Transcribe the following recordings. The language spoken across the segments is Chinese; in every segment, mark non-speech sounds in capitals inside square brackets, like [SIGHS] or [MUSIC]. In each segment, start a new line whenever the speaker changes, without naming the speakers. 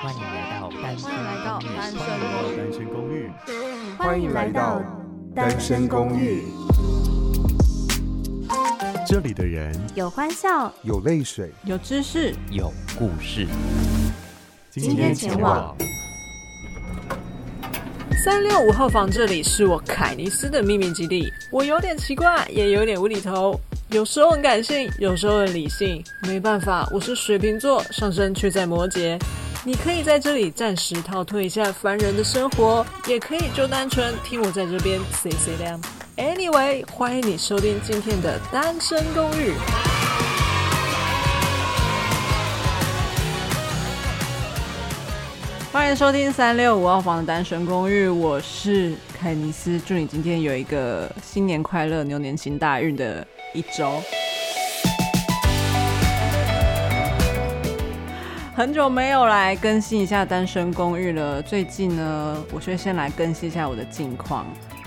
欢迎来到单身
欢迎来到单身公
公
寓
寓。
单身公寓，
欢迎来到
单身公寓，
这里的人
有欢笑，
有泪水，
有知识，
有故事，
今天前往。三六五号房这里是我凯尼斯的秘密基地。我有点奇怪，也有点无厘头，有时候很感性，有时候很理性。没办法，我是水瓶座，上升却在摩羯。你可以在这里暂时逃脱一下凡人的生活，也可以就单纯听我在这边 say say 亮。Anyway，欢迎你收听今天的《单身公寓》。欢迎收听三六五号房的单身公寓，我是凯尼斯，祝你今天有一个新年快乐、牛年行大运的一周。很久没有来更新一下单身公寓了，最近呢，我就先来更新一下我的近况。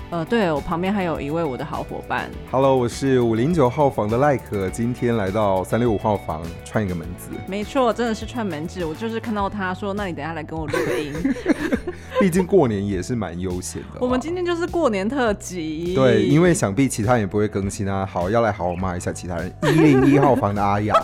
呃，对我旁边还有一位我的好伙伴，
Hello，我是五零九号房的赖可，今天来到三六五号房串一个门
[LAUGHS]
子，
没错，真的是串门子，我就是看到他说，那你等一下来跟我录个音。
[LAUGHS] 毕竟过年也是蛮悠闲的啦。
我们今天就是过年特辑，
对，因为想必其他人也不会更新啊。好，要来好好骂一下其他人。一零一号房的阿
[LAUGHS]
雅，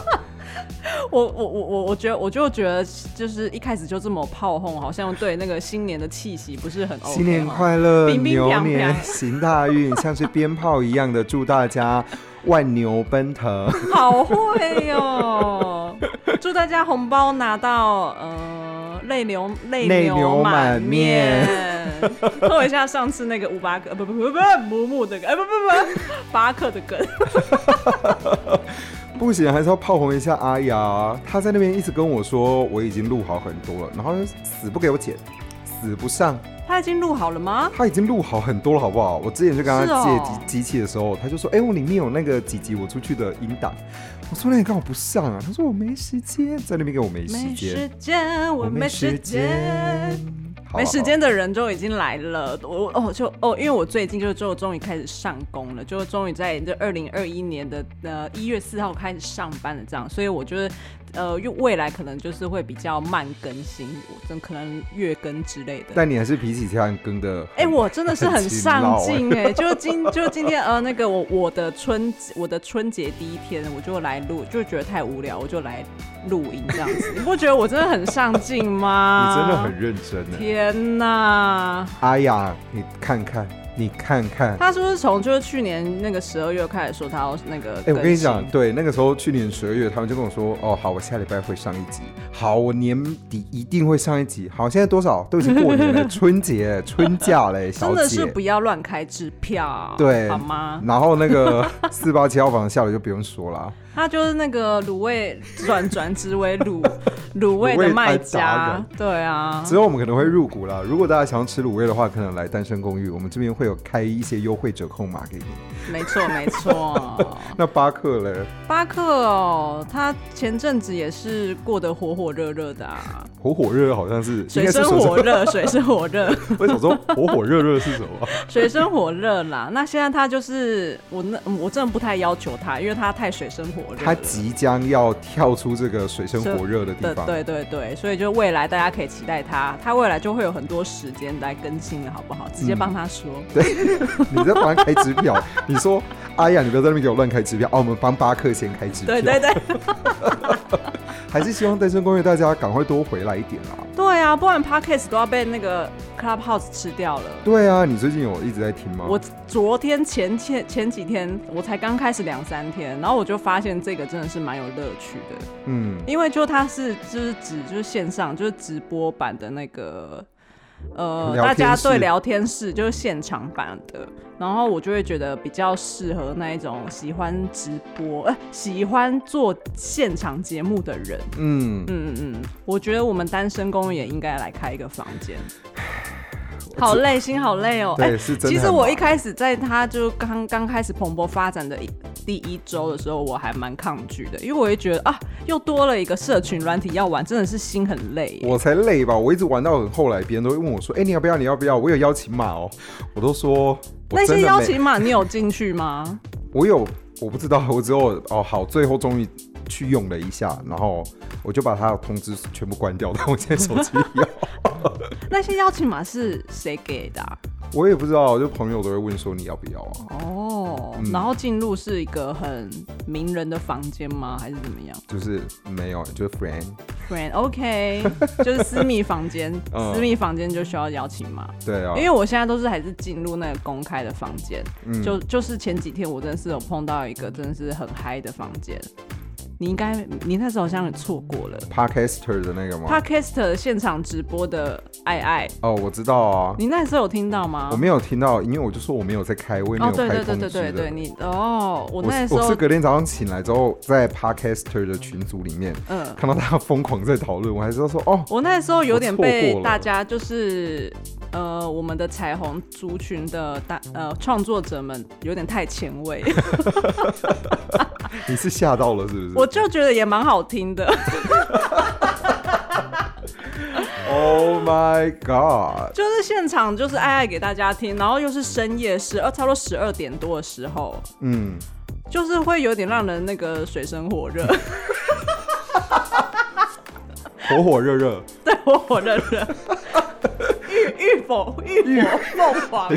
我我我我我觉得我就觉得就是一开始就这么炮轰，好像对那个新年的气息不是很 OK
新年
哈
快乐，
乒乒乓
牛
乓
年行大运，像是鞭炮一样的祝大家万牛奔腾。
好会哦！祝大家红包拿到呃泪流泪
泪流
满
满面。
[LAUGHS] 扣一下上次那个五八克，呃不不不不，母母的梗，哎不不不，巴克的梗。
不行，还是要炮轰一下阿雅。她在那边一直跟我说我已经录好很多了，然后死不给我剪，死不上。
他已经录好了吗？
他已经录好很多了，好不好？我之前就跟他
是哦
借机机器的时候，他就说：“哎、我里面有那个几集我出去的音档。”我说：“那你干嘛不上啊？”他说：“我没时间。”在那边给我没时
没时
间，
间，我没时间。。
好啊
没时间的人就已经来了，我哦就哦，因为我最近就就终于开始上工了，就终于在这二零二一年的呃一月四号开始上班了，这样，所以我觉得呃又未来可能就是会比较慢更新，我真可能月更之类的。
但你还是比起其他人更的。
哎、我真的是很
很勤
上
劳欸
进哎、就今就今天呃那个我我的春我的春节第一天我就来录，就觉得太无聊，我就来录音这样子，你不觉得我真的很上进吗？
[LAUGHS] 你真的很认真呢。
天哪！
阿雅，你看看，你看看。
他是不是从就是去年那个十二月开始说他要那个？
哎、我跟你讲，，对，那个时候去年十二月，他们就跟我说，哦，好，我下礼拜会上一集，好，我年底一定会上一集，好，现在多少都已经过
[LAUGHS]
年了，春节、春假嘞，小
真
姐，
的是不要乱开支票，
对
好吗？
然后那个四八七号房的下午就不用说了啊，
他就是那个卤味转转职为卤
[LAUGHS]
卤味
卤味
的卖
达
家
人，
对啊
之，后我们可能会入股啦。如果大家想要吃卤味的话，可能来单身公寓，我们这边会有开一些优惠折扣码给你。
没错没
[LAUGHS]
错。
那巴克嘞，
巴克哦，他前阵子也是过得火火热热的啊，
火火热热好像是， [LAUGHS] 应
水
该是
深
手
火热， [LAUGHS] 水深火热。
我想说火火热热是什么？ [LAUGHS]
水深火热啦。那现在他就是我那嗯我真的不太要求他，因为他太水深火热了。
他即将要跳出这个水深火热的地
对
方。
对对对，所以就未来大家可以期待他，他未来就会有很多时间来更新了，好不好？直
嗯
接帮他说。
你在帮他开支票， [LAUGHS] 你说阿雅，你不要在那边给我乱开支票哦，我们帮巴克先开支票。
对对对
还是希望单身公寓大家赶快多回来一点啦。
对啊，不然 podcast 都要被那个 clubhouse 吃掉了。
对啊，你最近有一直在听吗？
我昨天前前前几天，我才刚开始两三天，然后我就发现这个真的是蛮有乐趣的。
嗯，
因为就它是就是指就是线上就是直播版的那个，呃，
聊天
大
室
家对聊天室就是现场版的，然后我就会觉得比较适合那一种喜欢直播、呃、喜欢做现场节目的人。
嗯，
嗯嗯嗯，我觉得我们单身公寓也应该来开一个房
[SIGHS]
间。好累，心好累哦。
对是真的
其实
很
我
忙
一开始在它就刚刚开始蓬勃发展的一第一周的时候，我还蛮抗拒的，因为我会觉得啊，又多了一个社群软体要玩，真的是心很累欸耶。
我才累吧，我一直玩到很后来，别人都会问我说：“哎、你要不要？你要不要？”我有邀请码哦，我都说我
那
真
些
的
邀
没
请码你有进去吗？
我有，我不知道，我只有哦好，最后终于去用了一下，然后我就把它的通知全部关掉，但我现在手机
[LAUGHS]
有。
那些邀请码是谁给的啊、
我也不知道，就朋友都会问说你要不要啊？
哦，
嗯
然后进入是一个很名人的房间吗？还是怎么样
就是没有，就是 friend。
？Friend
[LAUGHS]
OK，就是私密房间，
嗯
私密房间就需要邀请码。
对啊，
因为我现在都是还是进入那个公开的房间，
嗯
就就是前几天我真的是有碰到一个真的是很嗨的房间，你应该你那时候好像也错过了
podcaster 的那个吗？
Podcast 现场直播的爱爱，
哦，我知道啊，
你那时候有听到吗
我？没有听到，因为我就说我没有在开，我也没
哦
有，
对
开
对对
通
对
知
对对，
的。
你哦，我
我
那
是
时
我
候
是隔天早上醒来之后，在 podcaster 的群组里面
嗯。
看到大家疯狂在讨论，我还知道说哦，
我那时候有点
我错
被
过了
大家就是呃，我们的彩虹族群的大呃创作者们有点太前卫， [LAUGHS]
你是吓到了是不是？
我就觉得也蛮好听的，
Oh my god！
就是现场就是爱爱给大家听，然后又是深夜十呃二差不多十二点多的时候，
嗯，
就是会有点让人那个水深火热， [LAUGHS]
火火热热，
对我火热
[LAUGHS]
热。欲欲否欲火凤凰，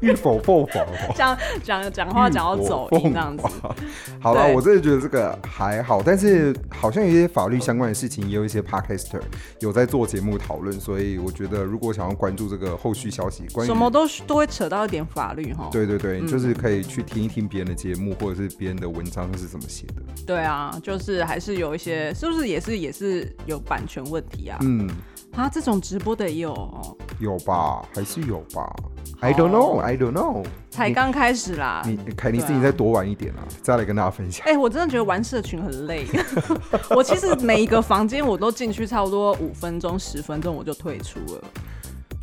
欲否凤凰。
讲讲讲话讲到走音这样子，
好了，
对
我真的觉得这个还好，但是好像有一些法律相关的事情，也有一些 podcaster 有在做节目讨论，所以我觉得如果想要关注这个后续消息，关于
什么嗯都都会扯到一点法律哈。
对对对，就是可以去听一听别人的节目，或者是别人的文章是怎么写的。
对啊，就是还是有一些，是不是也是也是有版权问题啊？
嗯，
啊，这种直播的也有、哦，
有吧？还是有吧？I don't know, I don't know。
才刚开始啦。
你凯尼自己再多玩一点啊，再来跟大家分享。
[LAUGHS] 哎、我真的觉得玩社群很累。 [LAUGHS] 我其实每一个房间我都进去差不多五分钟、十分钟我就退出了，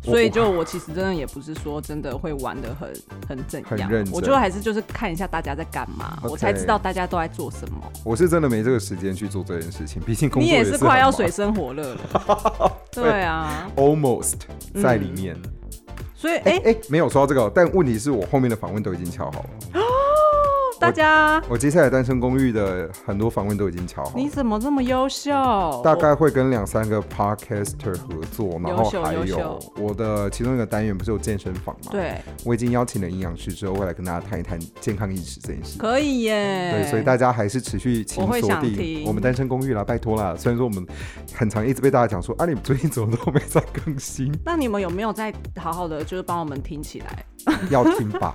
所以就我其实真的也不是说真的会玩的很很怎
很
样
认，
我
真
就还是就是看一下大家在干嘛
OK
我才知道大家都在做什么。
我是真的没这个时间去做这件事情，毕竟工
你
作
也
是
是快要
很忙
水深火热了，
[LAUGHS]
对啊，
almost
嗯
在里面。
所以哎、
哎、哎、没有说到这个，但问题是我后面的访问都已经敲好了，
[LAUGHS] 大家
我接下来单身公寓的很多访问都已经敲好
你
了。
怎么这么优秀？
大概会跟两三个 podcaster 合作，然后
优秀
还
优
有
秀
我的其中一个单元不是有健身房吗？，
对，
我已经邀请了营养师之后，会来跟大家谈一谈健康饮食这件事。
可以耶。
对，所以大家还是持续请
我会
锁
想
定
听
我们单身公寓啦，拜托啦。虽然说我们很常一直被大家讲说，啊，你们最近怎么都没在更新， [LAUGHS]
那你们有没有再好好的就是帮我们听起来？
要听吧？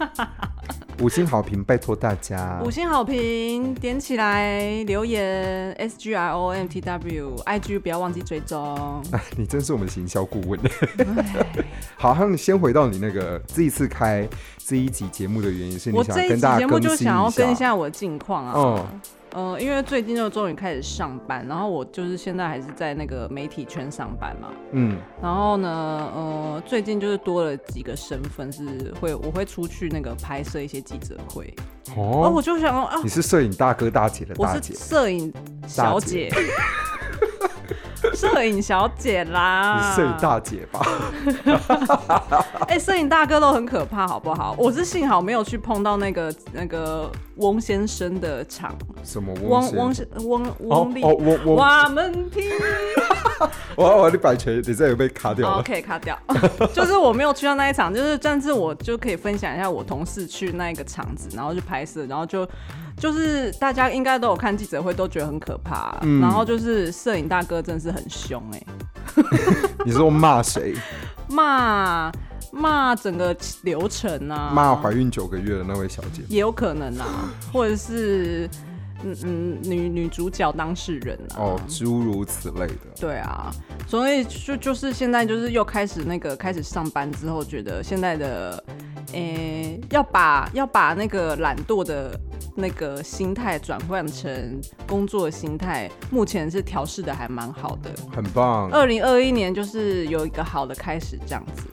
五星好评，拜托大家
五。星好评，点起来，留言 S G R O M T W I G 不要忘记追踪。
哎， [LAUGHS] 你真是我们的行销顾问。 [LAUGHS] 好，那你先回到你那个这一次开这一集节目的原因是你
我
想
这一
跟
期
大
节
家
目
更
就
新
想要跟一
下，
下我的近况啊。
嗯，
呃，因为最近就终于开始上班，然后我就是现在还是在那个媒体圈上班嘛。
嗯，
然后呢，呃，最近就是多了几个身份，是会我会出去那个拍摄一些记者会，然后
哦
我，就想说啊
你，是摄影大哥大姐的
我
大姐
是，摄影小姐， [LAUGHS] 摄影小姐
你
啦
是，摄影大姐吧？
哎、摄影大哥都很可怕，好不好？我是幸好没有去碰到那个那个翁先生的场，
什么
翁
翁
翁
先
先翁
哦
翁立，
哦翁翁
我们听。
我我的版权你 [LAUGHS] 这有被卡掉了。
哦 OK，卡掉。 [LAUGHS] 就是我没有去到那一场，就是但是我就可以分享一下我同事去那一个场子，然后去拍摄，然后就就是大家应该都有看记者会，都觉得很可怕。
嗯
然后就是摄影大哥真的是很凶哎、
你说骂谁？
骂骂整个流程啊，
骂怀孕九个月的那位小姐。
也有可能啊，或者是嗯嗯女女主角当事人啊。
哦，诸如此类的。
对啊，所以就就是现在就是又开始那个开始上班之后，觉得现在的，诶、要把要把那个懒惰的那个心态转换成工作的心态，目前是调试的还蛮好的。
很棒，
二零二一年就是有一个好的开始，这样子。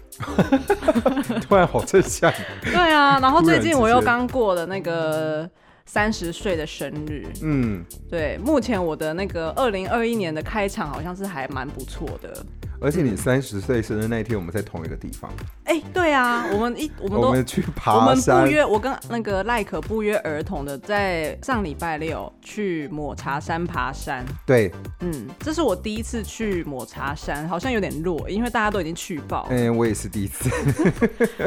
突然好正向。
对啊，然后
突然之
最近我又
间
刚过了那个三十岁的生日，
嗯，
对，目前我的那个二零二一年的开场好像是还蛮不错的。
而且你三十岁生日那一天，我们在同一个地方，
哎、对啊，我们一我们
我
都
们去
我
爬
们不
山，
约，我跟那个赖可不约而同的，在上礼拜六去抹茶山爬山。
对，
嗯，这是我第一次去抹茶山，好像有点弱，因为大家都已经去
[LAUGHS]
爆了，
嗯，我也是第一次，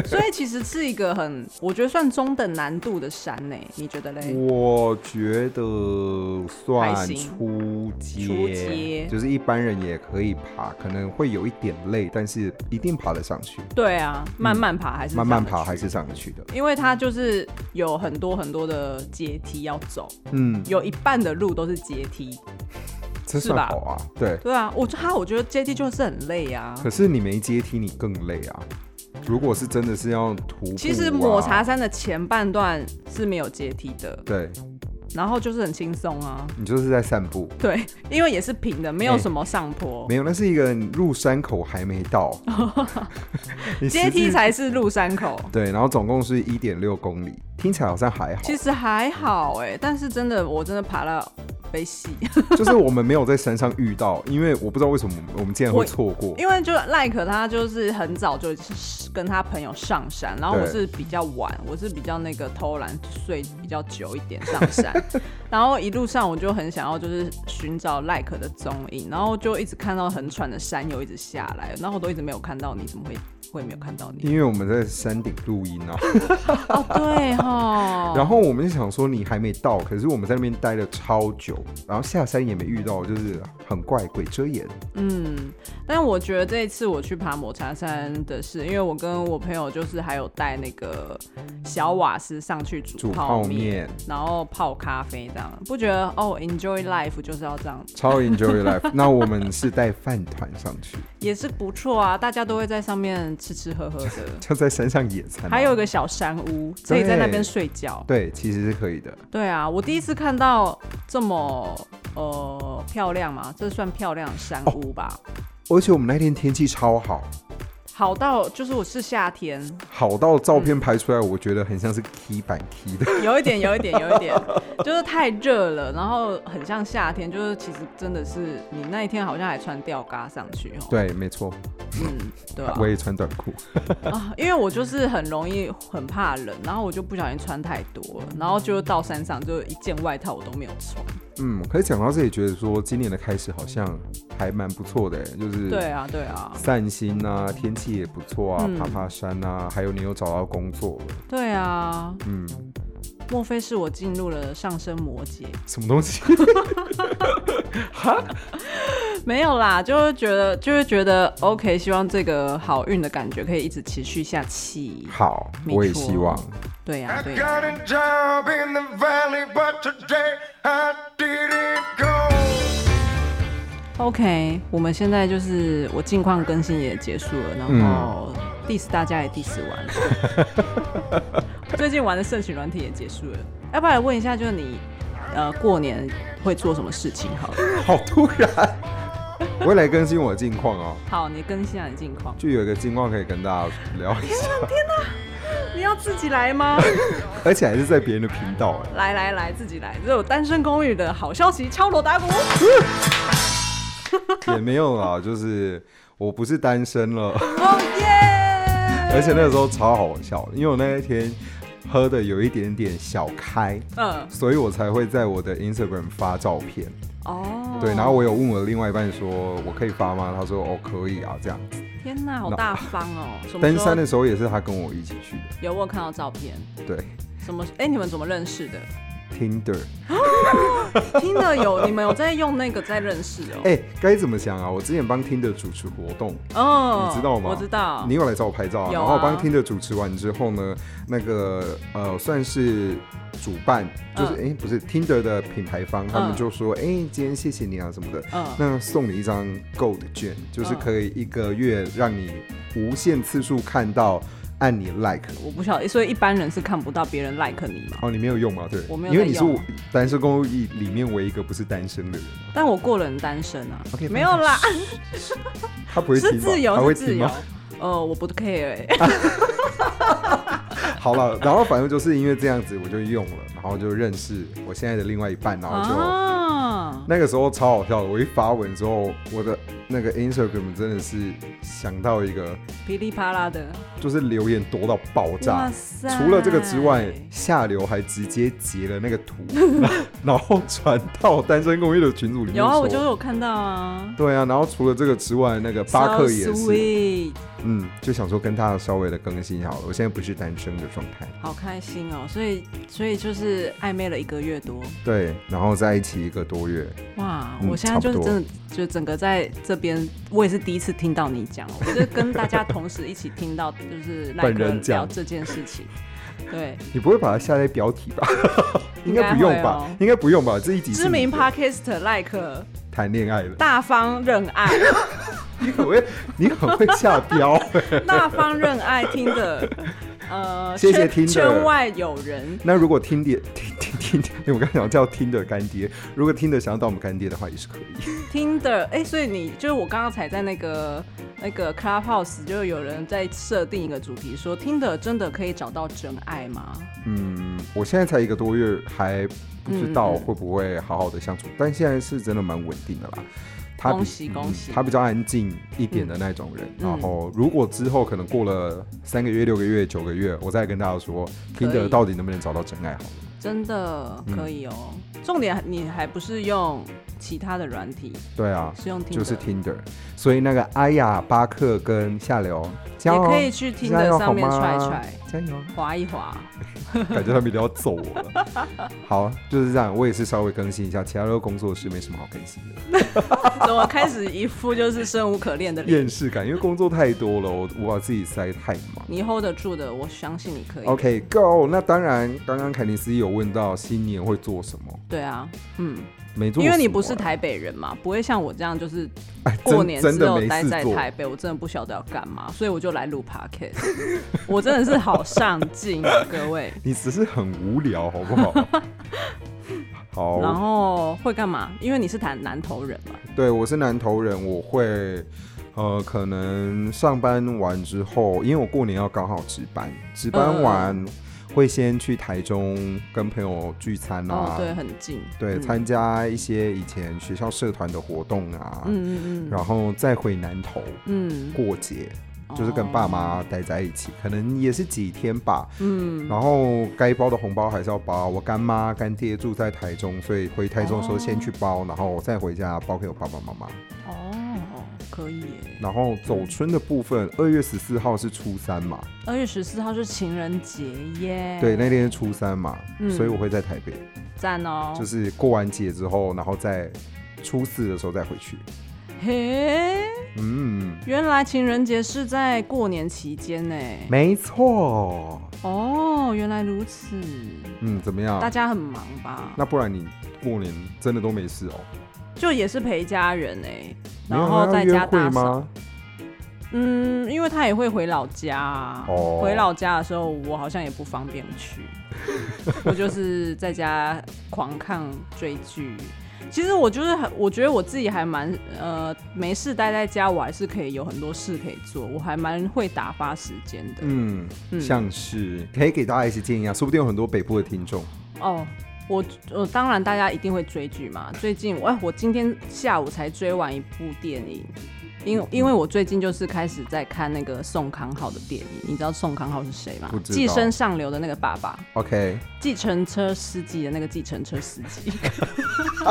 所以其实是一个很，我觉得算中等难度的山呢、你觉得嘞？
嗯我觉得算
还行
初阶，
初阶
就是一般人也可以爬，可能会有一点累，但是一定爬得上去，
对啊，慢慢爬还是、
嗯慢慢爬还是。上得去的。
因为它就是有很多很多的阶梯要走，
嗯，
有一半的路都是阶梯。
这
是
算
吧
好啊，对。
对啊，我他我觉得阶梯就是很累啊。
可是你没阶梯，你更累啊。如果是真的是要徒步、啊，
其实抹茶山的前半段是没有阶梯的，
对
然后就是很轻松啊。
你就是在散步，
对，因为也是平的，没有
哎
什么上坡，
没有，那是一个入山口还没
[LAUGHS]
到，你实
阶梯
际
才是入山口。
对，然后总共是一点六公里，听起来好像还好，
其实还好哎、但是真的我真的爬到被洗，
就是我们没有在山上遇到，因为我不知道为什么我们竟然会错过，
因为就赖可他就是很早就跟他朋友上山，然后
对
我是比较晚，我是比较那个偷懒睡比较久一点上 [LAUGHS] 山，然后一路上我就很想要就是寻找赖可的踪影，然后就一直看到很喘的山友一直下来，然后我都一直没有看到你，怎么会会没有看到你？
因为我们在山顶录音啊，
[LAUGHS] 哦，对哦哈，
然后我们就想说你还没到，可是我们在那边待了超久，然后下山也没遇到，就是很怪，鬼遮眼。
嗯，但我觉得这一次我去爬抹茶山的是，因为我跟我朋友就是还有带那个小瓦斯上去煮
煮
泡
泡
面，
面
然后泡咖啡这样，不觉得哦，enjoy
嗯
life 就是要这样，
超 enjoy life。那我们是带饭团上去，
也是不错啊，大家都会在上面吃吃
[LAUGHS]。
喝喝的
就在山上野餐啊、
还有一个小山屋，可以在那
对
边睡觉。
对，其实是可以的，
对啊，我第一次看到这么呃漂亮嘛，这算漂亮的山屋吧？
而且我们那天天气超好，
好到就是我是夏天，
好到照
嗯
片拍出来，我觉得很像是 key 版 key 的。 [LAUGHS]
有一点，有一点，有一点，就是太热了，然后很像夏天，就是其实真的是你那一天好像还穿吊嘎上去哦。
对，没错，
嗯，对啊
我也穿短裤。
啊，因为我就是很容易很怕冷，然后我就不小心穿太多了，然后就到山上就一件外套我都没有穿。
嗯，可是讲到这里，觉得说今年的开始好像还蛮不错的，欸就是
对啊，对啊，
散心啊，天气也不错啊，
嗯
爬爬山啊，还有你又找到工作了，
对啊，
嗯，
莫非是我进入了上升摩羯？ [LAUGHS]
什么东西？
没有啦，就会觉得就会觉得 OK，希望这个好运的感觉可以一直持续下去。
好，
没
我也
错
希望。
对呀、
I
对呀、啊
got a job in the valley, but today I didn't go.
OK，我们现在就是我近况更新也结束了，然后
嗯
diss 大家也 diss 完了，
[LAUGHS]
最近玩的社群软体也结束了，要不然问一下，就是你呃过年会做什么事情好了？
好突然，我也来更新我的近况哦。
好，你更新一下你近况。
就有一个近况可以跟大家聊一
[LAUGHS]
下，
你要自己
[LAUGHS]
来吗？
而且还是在别人的频道哎。
来来来，自己来，这有单身公寓的好消息，敲锣
[LAUGHS]
打鼓。
欸也没有啦，就是我不是单身了，
[LAUGHS] 哦耶！
而且那个时候超好笑，因为我那一天喝的有一点点小开，
嗯，
所以我才会在我的 Instagram 发照片。
哦，
对，然后我有问我的另外一半说，我可以发吗？他说哦可以啊，这样。
天哪，好大方哦！什么
登
时
山
候
的时候也是他跟我一起去的，
有我有看到照片？
对
什么？哎，你们怎么认识
[LAUGHS]
的？
，Tinder。
听的有，你们有在用那个在认识哦。
哎、该怎么想啊？我之前帮 Tinder 主持活动，
哦
你知道吗？
我知道。
你有来找我拍照、啊，
有啊
然后我帮听的主持完之后呢，那个呃算是主办，就是
嗯
哎、诶不是听的的品牌方，他们就说哎、诶今天谢谢你啊什么的，
嗯
那送你一张 Gold 券，就是
嗯
可以一个月让你无限次数看到按你 like。
我不晓得，所以一般人是看不到别人 like 你嘛。
哦，你没有用吗？对，
我没有
因为
在
你是
用
我单身公寓里面唯一一个不是单身的人啊，
但我过了很单身啊
OK，
没有 [LAUGHS] 啦，
他不会听
[LAUGHS] 是
吗？
自由，
他会
是
听
自
吗啊
由？。呃，我不 care，、欸、
[LAUGHS] 好了，然后反正就是因为这样子，我就用了，然后就认识我现在的另外一半，然后就。
啊，
那个时候超好笑的，我一发文之后，我的那个 Instagram 真的是想到一个，
噼里啪啦的，
就是留言多到爆炸
哇。塞！
除了这个之外，下流还直接截了那个图， [LAUGHS] 然后传到单身公寓的群组里面
有
说。
啊，我就有看到啊。
对啊，然后除了这个之外，那个巴克也
So
是，
sweet，
嗯，就想说跟他稍微的更新好了。我现在不是单身的状态，
好开心哦！所以，所以就是暧昧了一个月多，
对，然后在一起一个多月，
哇！
嗯
我现在就
差
是
不多
真的，就整个在这边，我也是第一次听到你讲，我就跟大家同时一起听到，就是赖
[LAUGHS] 本
哥
人
聊
讲
这件事情。对，
你不会把它下在标题吧？ [LAUGHS] 应
应该
该不用吧
会哦？
应该不用吧？这一集是
知名
你的
podcast 赖克
谈恋爱了，
大方认爱，
你很会，你很会下标。
大方认爱听的，呃，
谢谢
圈
Tinder
圈外有人，
那如果听 [LAUGHS] 爹听听听，因为我刚才讲叫听的干爹，如果听的想要当我们干爹的话，也是可以。
听的，哎、所以你就是我刚刚才在那个那个 Clubhouse 就有人在设定一个主题，说听的真的可以找到真爱吗？
嗯，我现在才一个多月，还不知
嗯
道会不会好好的相处，但现在是真的蛮稳定的啦。他比嗯
恭喜恭喜
他比较安静一点的那种人。
嗯
然后，如果之后可能过了三个月、六个月、九个月，我再跟大家说，
可以
听的到底能不能找到真爱好了。
真的可以哦、
嗯
重点你还不是用其他的软体，
对啊，
是用听
就是
听，
Tinder，所以那个阿雅、巴克跟下流，加
也
油
可以去听
加
的
油
上面
好
踹
吗
踹，
加油！
划一划。
感觉他们一定要揍我了。
[LAUGHS]
好，就是这样，我也是稍微更新一下，其他的工作室没什么好更新的，哦
怎么开始一副就是生无可恋
[LAUGHS]
的脸？
厌世感，因为工作太多了，我我把自己塞太忙。
你 hold 得住的，我相信你可以。
OK，Go、那当然，刚刚凯尼斯有问到新年会做什么，
对啊，嗯，
没做什么啊，
因为你不是台北人嘛，不会像我这样就是
哎
过年
真
之
真的
后
没
待
事
在
做，
台北，我真的不晓得要干嘛，所以我就来录 podcast。我 [LAUGHS] 真的是好上进啊，各位。
你只是很无聊，好不
[LAUGHS]
好？
然
[LAUGHS] 好，
后会干嘛？因为你是谈南投人嘛，
对我是南投人，我会。呃，可能上班完之后，因为我过年要刚好值班，值班
嗯
完会先去台中跟朋友聚餐啊，，
哦对，很近。
对，
嗯
参加一些以前学校社团的活动啊，
嗯嗯嗯
然后再回南投
嗯，
过节，就是跟爸妈待在一起，可能也是几天吧。嗯，然后该包的红包还是要包。我干妈干爹住在台中，所以回台中的时候先去包，然后再回家包给我爸爸妈妈。
哦，可以耶。
然后走春的部
哦
分，二月十四号是初三嘛，
二月十四号是情人节耶，
对，那天是初三嘛，
哎嗯
所以我会在台北，
赞哦。
就是过完节之后，然后再初四的时候再回去。
哦嘿，
嗯，
原来情人节是在过年期间呢。
没错。
哦，原来如此，
嗯，怎么样
大？家很忙吧？
那不然你过年真的都没事哦？
就也是陪家人哎、
没
然
有啊
后
要
在
约
家
会
大扫。
吗？
嗯，因为他也会回老家、啊。
哦
回老家的时候，我好像也不方便
[LAUGHS]
去，我就是在家狂看追剧。其实我就是很，我觉得我自己还蛮呃没事待在家，我还是可以有很多事可以做，我还蛮会打发时间的。
嗯，
嗯
像是可以给大家一些建议啊，说不定有很多北部的听众。
哦，我我当然大家一定会追剧嘛。最近哎，我今天下午才追完一部电影，因
嗯
因为我最近就是开始在看那个宋康昊的电影，你知道宋康昊是谁吗
不？知道
寄生上流的那个爸爸，
OK，
计程车司机的那个计程车司机。 [LAUGHS]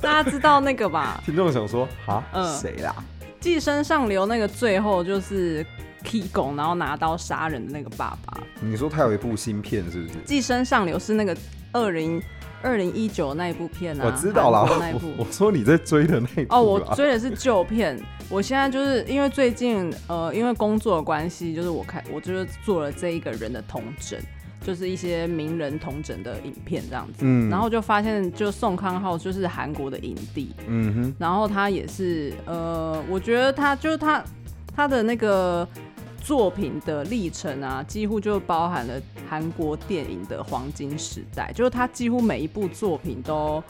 大家知道那个吧？
听众想说啊
嗯
谁啦？
寄生上流那个最后就是踢拱，然后拿刀杀人的那个爸爸。
你说他有一部新片是不是？
寄生上流是那个二零二零一九那一部片啊，
我知道啦，
韩国那一
我 [LAUGHS] 我
部。
说你在追的那一部啊
哦，我
啦
追的是旧片。我现在就是因为最近呃，因为工作的关系，就是我开我就是做了这一个人的同整，就是一些名人同整的影片这样子。
嗯
然后就发现，就宋康昊就是韩国的影帝，
嗯哼，
然后他也是呃，我觉得他就是他他的那个作品的历程啊，几乎就包含了韩国电影的黄金时代，就是他几乎每一部作品都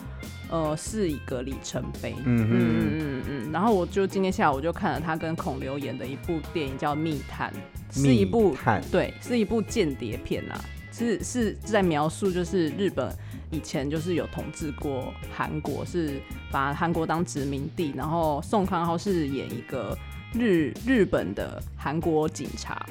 呃是一个里程碑。
嗯哼
嗯嗯嗯嗯。然后我就今天下午就看了他跟孔刘演的一部电影叫《密探》，是一部
密探
对，是一部间谍片啊，是是在描述就是日本以前就是有统治过韩国，是把韩国当殖民地，然后宋康昊是演一个日日本的韩国警察，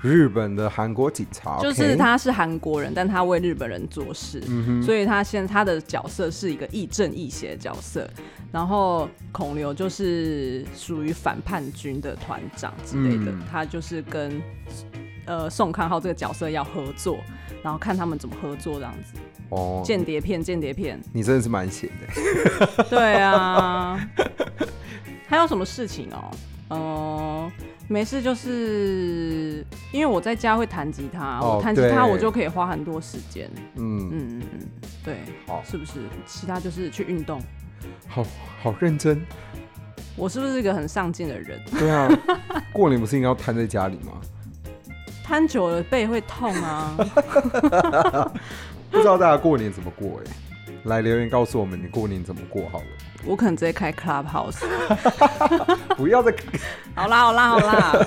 日本的韩国警察，
就是，他是韩国人，但他为日本人做事，
嗯
所以他现他的角色是一个亦正亦邪的角色。然后孔刘就是属于反叛军的团长之类的，
嗯
他就是跟呃宋康昊这个角色要合作，然后看他们怎么合作这样子。
哦，
间谍片，间谍片，
你真的是蛮闲的。
对啊。还有什么事情哦？呃，没事，就是因为我在家会弹吉他，
哦
我弹吉他
对
我就可以花很多时间。
嗯，
嗯嗯嗯，对，
好
是不是？其他就是去运动。
好好认真。
我是不是一个很上进的人？
对
[LAUGHS]
啊，过年不是应该要瘫在家里吗？
摊久了背会痛啊。
[LAUGHS] 不知道大家过年怎么过哎、来留言告诉我们你过年怎么过好了，
我可能直接开 Clubhouse。
不要再
好啦，好啦，好
[LAUGHS]
啦。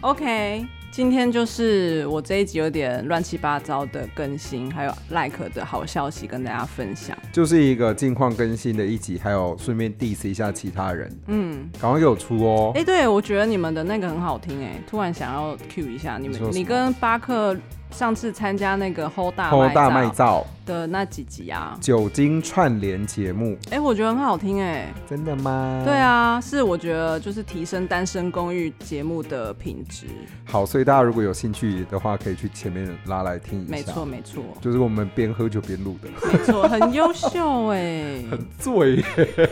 OK，今天就是我这一集有点乱七八糟的更新，还有 Like 的好消息跟大家分享。
就是一个近况更新的一集，还有顺便 diss 一下其他人，
嗯，
赶快给我出哦。
哎、对，我觉得你们的那个很好听哎、突然想要 Q 一下你
你
们
说，什
你
么
跟巴克上次参加那个 Hold 大
偷大麦
照
照
的那几集啊，
酒精串联节目，
哎、我觉得很好听哎、
真的吗？
对，啊，是我觉得就是提升《单身公寓》节目的品质，
好，所以大家如果有兴趣的话，可以去前面拉来听一下。
没错，没错，
就是我们边喝酒边录的，
没错，很优秀哎，
[LAUGHS] 醉耶。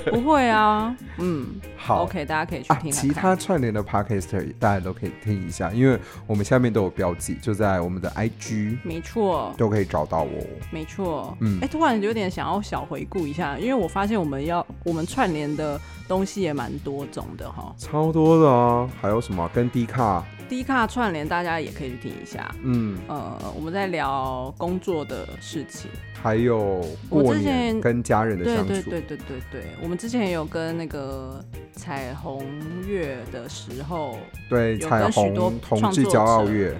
不会啊，嗯
好
，OK，大家可以去
啊，
听看看
其他串联的 podcaster 大家都可以听一下，因为我们下面都有标记，就在我们的 IG
没错，
都可以找到哦我。
没错，
嗯
嗯，哎、突然有点想要小回顾一下，因为我发现我们要我们串联的东西也蛮多种的哈，
超多的啊，还有什么跟低卡，
低卡串联大家也可以去听一下。
嗯，
呃，我们在聊工作的事情，
还有
我
过
之
年
前
跟家人的
对
相
对
处，
对对对对，我们之前也有跟那个彩虹月的时候，
对
有
彩
跟许多
虹同
创
志
作
骄傲
者
月，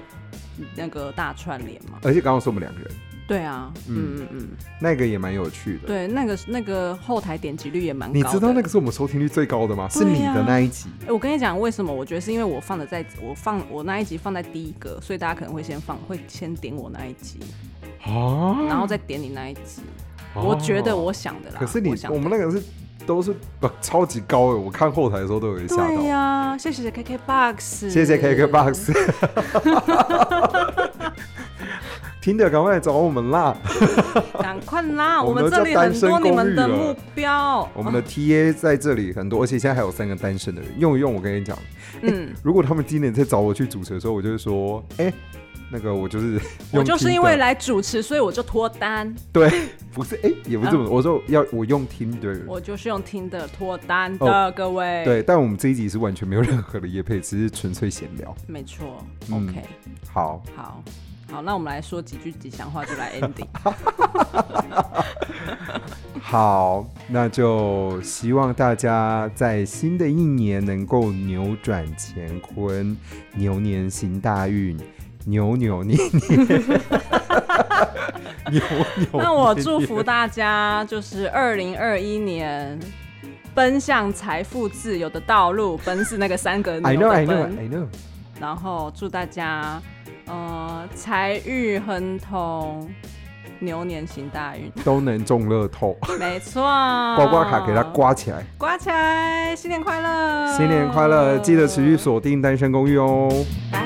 那个大串联嘛。
而且刚刚是我们两个人，
对啊，嗯嗯嗯，
那个也蛮有趣的。
对，那个那个后台点击率也蛮高的。
你知道那个是我们收听率最高的吗？是你
对
的
啊
那一集。
诶我跟你讲，为什么？我觉得是因为我放的在，我放我那一集放在第一个，所以大家可能会先放，会先点我那一集，哎
啊，
然后再点你那一集。我觉得我想的啦。
哦可是你
我想
我们
的
那个是都是不超级高的，我看后台的时候都有一吓
对
到。
呀、谢谢 KKBOX，
谢谢 KKBOX，听的赶快来找我们啦！
赶快啦！
我
我
们
们这里很多你们的目标，
我们的 TA 在这里很多，而且现在还有三个单身的人，用一用。我跟你讲，
嗯，
如果他们今年在找我去主持的时候，我就会说，哎、那个我
[LAUGHS]
就是
我
用
就是因
Tinder
为来主持，所以我就脱单，
对，不是哎、也不是这么，我说要我用听的，
啊我就是用听的脱单的，
哦
各位，
对，，但我们这一集是完全没有任何的夜配，只是纯粹闲聊。
没错、
嗯
o k
好，
好。好，那我们来说几句吉祥话，
[LAUGHS]
就来 ending。
好，那就希望大家在新的一年能够扭转乾坤，牛年行大运，牛扭捏捏，牛扭。
那我祝福大家，就是二零二一年奔向财富自由的道路，奔是那个三个
I
牛
know,
的
I know,
奔。
I know。
然后祝大家，呃，财运亨通，牛年行大运。
都能中乐透，
没错，
[LAUGHS] 刮刮卡给它刮起来。
刮起来，新年快乐，
新年快乐！记得持续，锁定《单身公寓》哦。
拜